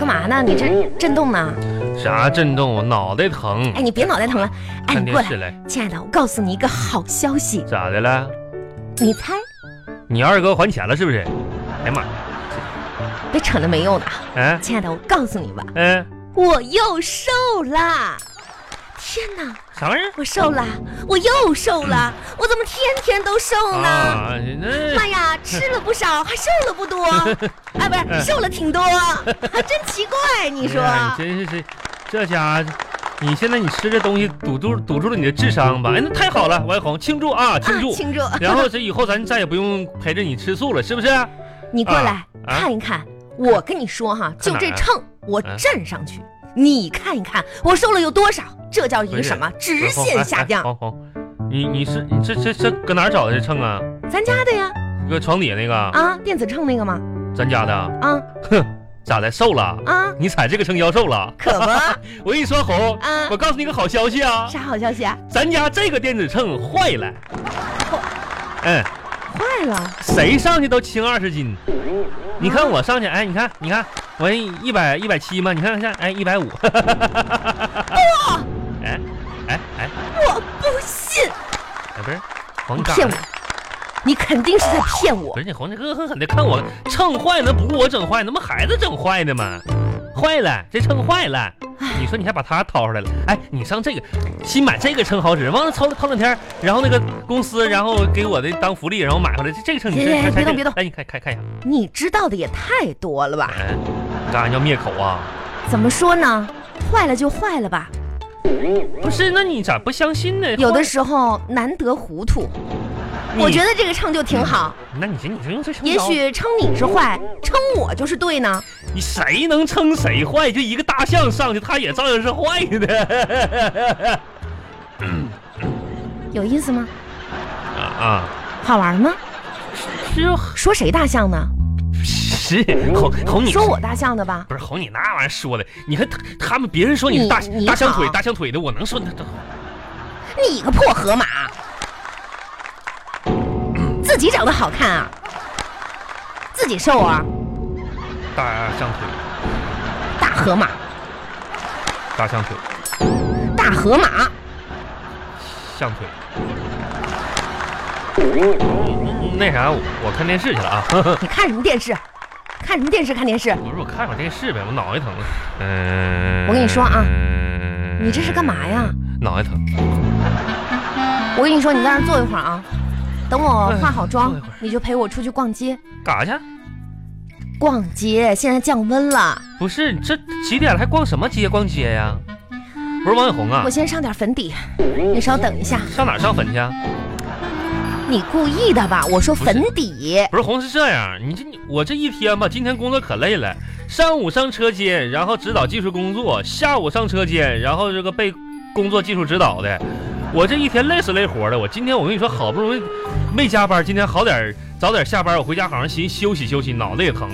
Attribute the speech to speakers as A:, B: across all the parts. A: 哎嘛呢？你这震动呢？
B: 啥震动？我脑袋疼。
A: 哎，你别脑袋疼了，哎，
B: 看
A: 你过
B: 电视
A: 来，
B: 来，
A: 亲爱的，我告诉你一个好消息，
B: 咋的了？
A: 你猜？
B: 你二哥还钱了是不是？哎呀妈呀！
A: 别扯那没用的啊！
B: 哎
A: 亲爱的，我告诉你吧，
B: 哎，
A: 我又瘦啦！天哪，
B: 啥玩意儿？
A: 我瘦啦，我又瘦啦，我怎么天天都瘦呢？
B: 啊，那
A: 妈呀，吃了不少，还瘦了不 多，哎，不是瘦了挺多，还真奇怪，你说？
B: 哎呀你真是这这家伙，你现在你吃这东西堵住堵住了你的智商吧？哎，那太好了，王一红，庆祝啊，庆祝！
A: 啊，庆祝！
B: 然后这以后咱再也不用陪着你吃素了，是不是？
A: 你过来、
B: 啊啊
A: 看一看，我跟你说哈，就
B: 哪儿
A: 这
B: 啊
A: 秤我
B: 啊
A: 站上去，你看一看我瘦了有多少，这叫一
B: 不
A: 个
B: 是
A: 什么直
B: 王一红
A: 线下降？
B: 哎哎王一红，你你是你这这这搁哪儿找的这秤啊？
A: 咱家的呀，
B: 搁床底下那个？
A: 啊，电子秤那个吗？
B: 咱家的？
A: 啊
B: 哼，咋的？瘦了？
A: 啊，
B: 你踩这个秤腰瘦了？
A: 可 不
B: 我跟你说，红，
A: 啊
B: 我，告诉你个好消息啊，
A: 啥好消息啊？
B: 咱家这个电子秤坏了。嗯，
A: 坏了，
B: 谁上去都轻二十斤。你看我上去，哎，你看，你看，我一百一百七嘛，你看看，哎，一百五。 哎哎哎
A: 我不信，
B: 哎，不是，红
A: 你
B: 干
A: 骗我，你肯定是在骗我
B: 不。是你红，你恶狠狠的看我秤坏了，不是我整坏，那不孩子整坏的吗？坏了，这秤坏了。你说你还把它掏出来了？哎，你上这个新买这个秤好使，忘了掏掏两天，然后那个公司然后给我的当福利，然后买回来这这个秤你
A: 别
B: 这
A: 别
B: 还
A: 别动别动
B: 哎，你看看看一下，
A: 你知道的也太多了吧？
B: 哎，干啥要灭口啊？
A: 怎么说呢？坏了就坏了吧，
B: 不是，那你咋不相信呢？
A: 有的时候难得糊涂。我觉
B: 得，
A: 得这个秤就挺好，
B: 那你这你这用这秤
A: 也
B: 摇，
A: 许称你是坏，称我就是对呢。
B: 你谁能称谁坏？就一个大象上去，它也照样是坏的。
A: 有意思吗？
B: 啊啊，
A: 好玩吗？
B: 是
A: 说谁大象呢？
B: 是哄哄你
A: 说我大象的吧？
B: 不是哄你那玩意儿说的，你看他他们别人说你是大
A: 你你啊
B: 大象腿
A: 好
B: 大象腿的，我能说那
A: 你个破河马，自己长得好看啊，自己瘦啊，
B: 大象腿
A: 大河马，
B: 大象腿
A: 大河马，
B: 象腿。那啥，我我看电视去了啊！
A: 你看什么电视？看什么电视？看电视？
B: 不是我看会儿电视呗，我脑袋疼了。嗯，
A: 我跟你说啊，你
B: 你
A: 这是干嘛呀？
B: 脑袋疼。
A: 我跟你说，你在那儿坐一会儿啊，等我化好妆
B: 哎坐一会儿，
A: 你就陪我出去逛街。
B: 干啥去？
A: 逛街，现在降温了，
B: 不是这几点了还逛什么街？逛街呀？不是王小红啊
A: 我，先上点粉底，你稍等一下。
B: 上哪儿上坟去啊？
A: 你故意的吧？我说粉底，
B: 不是红是这样，你这你我这一天吧，今天工作可累了。上午上车间，然后指导技术工作；下午上车间，然后这个被工作技术指导的。我这一天累死累活的。我今天我跟你说，好不容易没加班，今天好点儿早点下班，我回家好好寻休息休息，脑袋也疼。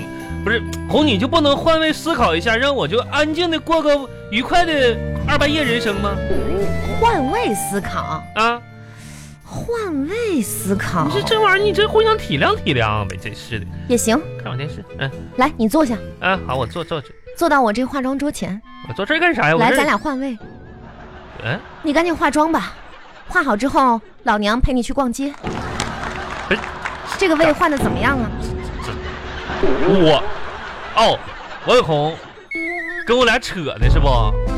B: 不是红，你就不能换位思考一下，让我就安静的过个愉快的二半夜人生吗？
A: 换位思考，
B: 啊，
A: 换位思考
B: 你这这玩意儿，你这互相体谅体谅呗，真是的。
A: 也行。
B: 看会儿电视，嗯
A: 来，你坐下，
B: 啊，好，我坐坐这，
A: 坐到我这化妆桌前。
B: 我坐这儿干啥哎呀？我
A: 来，
B: 这
A: 咱俩换位，
B: 嗯，
A: 你赶紧化妆吧。化好之后，老娘陪你去逛街
B: 不是。
A: 这个位换的怎么样啊？
B: 我，哦，王永红，跟我俩扯呢是不？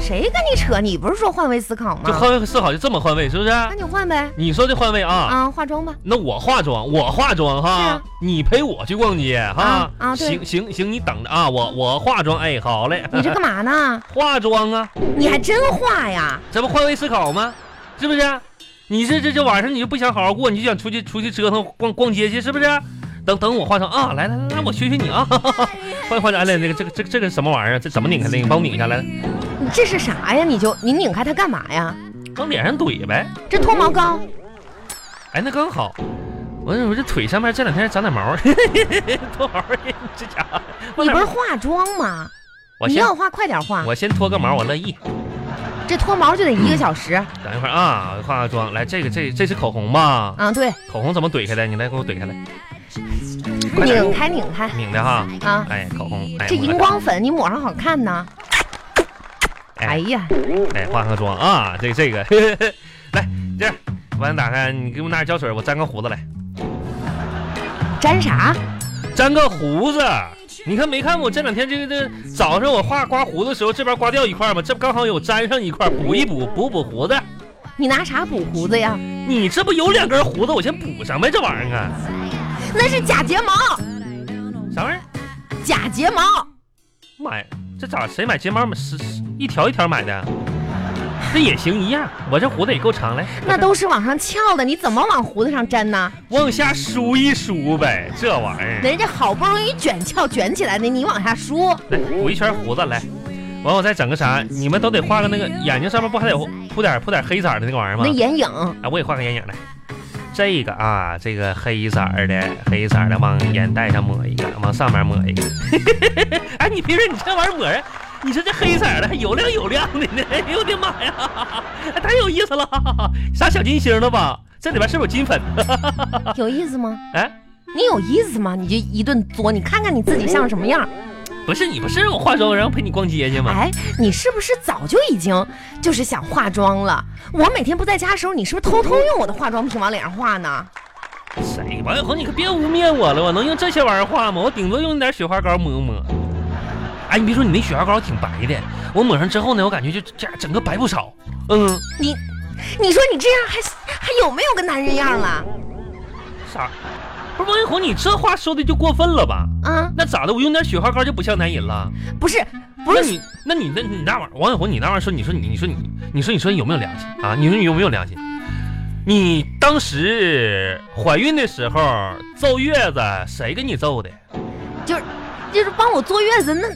A: 谁跟你扯？你不是说换位思考
B: 就
A: 吗？
B: 换位思考就这么换位是不是？
A: 那你换呗。
B: 你说这换位啊？
A: 啊，化妆吧。
B: 那我化妆，我化妆哈，
A: 是啊
B: 你陪我去逛街哈，
A: 啊啊对
B: 行行行，你等着啊，我我化妆，哎，好嘞，
A: 你这干嘛呢？
B: 化妆啊，
A: 你还真化呀？
B: 这不换位思考吗？是不是？你这这这晚上你就不想好好过，你就想出去出去折腾逛逛街去，是不是？等等我化妆啊，来来来来，我学学你啊， 哈哈哈换一换，哎来那个这个这个这个什么玩意儿？这怎么拧开那个？帮我拧一下来，
A: 你这是啥呀？你就你拧开它干嘛呀？
B: 往脸上怼呗。
A: 这脱毛膏
B: 哎，那刚好。我我这腿上面这两天长点毛， 脱毛儿，这家伙。
A: 你不是化妆吗？
B: 我
A: 你
B: 先
A: 要化快点化，
B: 我先脱个毛，我乐意。
A: 这脱毛就得一个小时
B: 等一会儿啊，化个妆。来，这个这这是口红吧？
A: 啊！对，
B: 口红怎么怼开的？你来给我怼开来。嗯快点
A: 拧开拧开
B: 拧的哈，
A: 啊！
B: 哎，口红，哎，
A: 这
B: 抹个
A: 荧光粉你抹上好看呢。哎
B: 哎
A: 呀，
B: 哎，化个妆啊，这这个， 来这样，完了打开，你给我拿点胶水，我粘个胡子来，
A: 粘啥？
B: 粘个胡子。你看没看我这两天这个这早上我画刮胡子的时候，这边刮掉一块嘛，这不刚好有粘上一块，补一补，补补胡子。
A: 你拿啥补胡子呀？
B: 你这不有两根胡子，我先补上呗，这玩意儿啊，
A: 那是假睫毛，
B: 啥玩意儿？
A: 假睫毛。
B: 妈呀，这咋谁买睫毛买是是一条一条买的？这也行一样，我这胡子也够长来，
A: 那都是往上翘的，你怎么往胡子上粘呢？
B: 往下梳一梳呗，这玩意儿。
A: 人家好不容易卷翘卷起来的，你往下梳，
B: 来补一圈胡子，来，完我再整个啥？你们都得画个那个眼睛上面不还得铺点铺点黑色儿的那个玩意儿
A: 那
B: 吗？
A: 眼影
B: 啊，我也画个眼影来。这个啊，这个黑色儿的，黑色儿的往眼袋上抹一个，往上面抹一个。 哎，你别说你这玩意儿抹呀，你说这黑色儿的还有亮有亮的呢，哎呦我的妈呀，太有意思了，啥小金星了吧？这里边是不是有金粉？
A: 有意思吗？
B: 哎，
A: 你有意思吗？你就一顿作，你看看你自己像什么样？
B: 不是你不是让我化妆，然后陪你逛街去吗？
A: 哎，你是不是早就已经就是想化妆了？我每天不在家的时候，你是不是偷偷用我的化妆品往脸上画呢？
B: 谁？哎王小红，你可别污蔑我了，我能用这些玩意儿画吗？我顶多用点雪花膏抹抹。哎，你别说，你那雪花膏挺白的，我抹上之后呢，我感觉就这样整个白不少。嗯，
A: 你说你这样还还有没有个男人样了
B: 啥？不是王小红，你这话说的就过分了吧？
A: 啊？
B: 那咋的？我用点雪花膏就不像男人了？
A: 不是，不
B: 那
A: 是，
B: 你，那你那你那玩意儿，王小红，你那玩意儿说，你说你，你说你，你说你说你有没有良心啊？你说你有没有良心？你当时怀孕的时候坐月子，谁给你揍的？
A: 就是帮我坐月子，那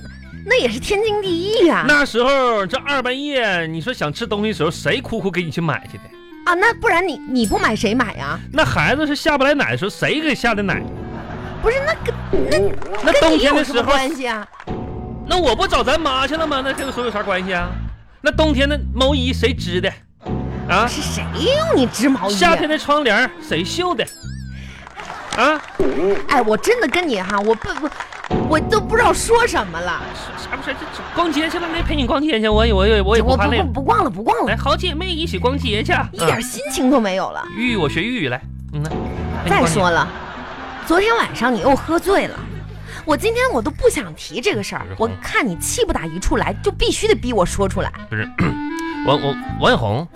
A: 那也是天经地义啊。
B: 那时候这二半夜，你说想吃东西的时候，谁哭哭给你去买去的？
A: 啊，那不然你你不买谁买啊呀、
B: 那孩子是下不来奶的时候，谁给下的奶？
A: 不是那跟
B: 那
A: 跟
B: 冬
A: 你
B: 天
A: 有
B: 的
A: 什
B: 时
A: 么
B: 候，
A: 关系啊？
B: 那我不找咱妈去了吗？那跟说有啥关系啊？那冬天的毛衣谁织的？啊，
A: 是谁用你织毛衣、啊？
B: 夏天的窗帘谁绣的？啊，
A: 哎，我真的跟你哈，我不不，我都不知道说什么了。
B: 啥啥不是？这这逛街去了，来陪你逛街去，我也我也我也不
A: 我
B: 怕
A: 不
B: 累
A: 不。不逛了，不逛了，
B: 来，好姐妹一起逛街去。啊
A: 一点心情都没有了。
B: 玉玉，我学玉玉来。嗯呐。陪你
A: 再
B: 逛街
A: 说了，昨天晚上你又喝醉了，我今天我都不想提这个事儿
B: 不是。
A: 我看你气不打一处来，就必须得逼我说出来。
B: 不是，王王王小红，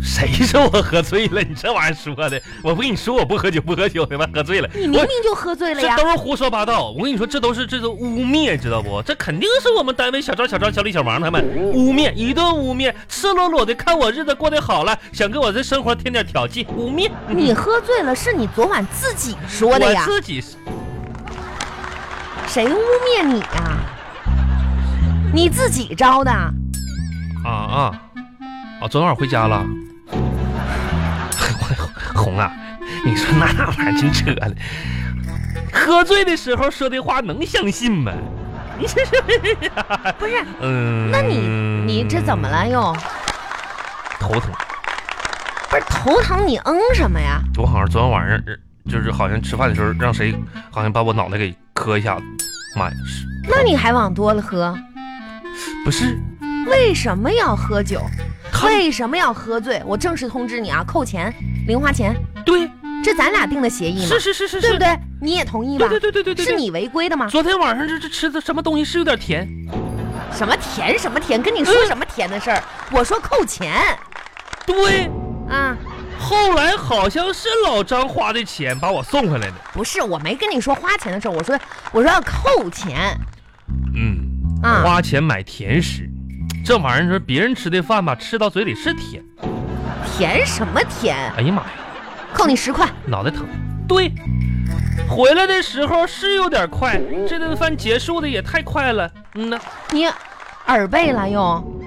B: 谁说我喝醉了？你这玩意儿说的，我不跟你说我不喝酒不喝酒的吗？喝醉了，
A: 你明
B: 我
A: 明就喝醉了呀
B: 这！都是胡说八道。我跟你说，这都是这都污蔑，知道不？这肯定是我们单位小赵、小赵、小李、小王他们污蔑，一顿污蔑，赤裸裸的看我日子过得好了，想给我这生活添点调剂，污蔑。
A: 你喝醉了是你昨晚自己说
B: 我
A: 的呀，
B: 自己是
A: 谁污蔑你呀、你自己招的。
B: 啊啊啊！昨晚回家了。 红啊，你说那玩意儿真扯了。喝醉的时候说的话能相信吗？你这是
A: 不是，
B: 嗯？
A: 那你你这怎么了又？
B: 头疼？
A: 不是头疼你嗯什么呀？
B: 我好像昨天晚上就是好像吃饭的时候让谁好像把我脑袋给磕一下子。妈呀，是
A: 那你还往多了喝？
B: 不是？
A: 为什么要喝酒？
B: 他
A: 为什么要喝醉？我正式通知你啊，扣钱，零花钱，
B: 对，
A: 这咱俩定的协议嘛
B: 是，是是是是，
A: 对不？对？你也同意吧？
B: 对对对对对对，
A: 是你违规的吗？
B: 昨天晚上这这吃的什么东西是有点甜，
A: 什么甜什么甜，跟你说
B: 嗯
A: 什么甜的事儿？我说扣钱
B: 对。
A: 啊，
B: 后来好像是老张花的钱把我送回来的。
A: 不是，我没跟你说花钱的事儿，我说我说要扣钱
B: 嗯，
A: 啊，
B: 花钱买甜食，这玩意儿你说别人吃的饭吧，吃到嘴里是甜。
A: 甜什么甜？
B: 哎呀妈呀，
A: 扣你十块，
B: 脑袋疼。对，回来的时候是有点快，这顿饭结束的也太快了。嗯呐，
A: 你耳背了又。
B: 嗯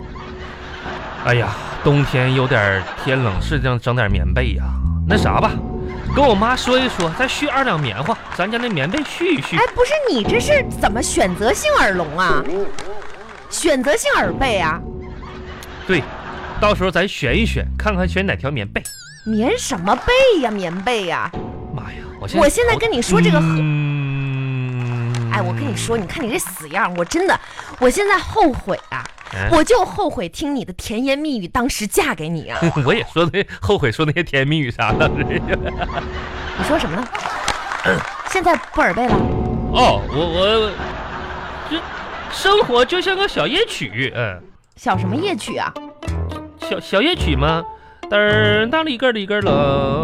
B: 哎呀，冬天有点天冷，是整整点棉被呀、那啥吧，跟我妈说一说，再续二两棉花，咱家那棉被续一续
A: 哎。，不是你这是怎么选择性耳聋啊？
B: 嗯
A: 选择性耳背啊？
B: 对，到时候咱选一选，看看选哪条棉被。
A: 棉什么被呀、棉被呀、
B: 妈呀，我现在
A: 我现在跟你说这个合，
B: 嗯
A: 哎，我跟你说，你看你这死样，我真的，我现在后悔啊，
B: 哎
A: 我就后悔听你的甜言蜜语，当时嫁给你啊！
B: 哎 我也说那后悔说那些甜言蜜语啥的。
A: 你说什么呢？现在不耳背了，
B: 哦，我我这生活就像个小夜曲，嗯，
A: 小什么夜曲啊？
B: 小小夜曲嘛，噔儿哒里个儿里个儿了，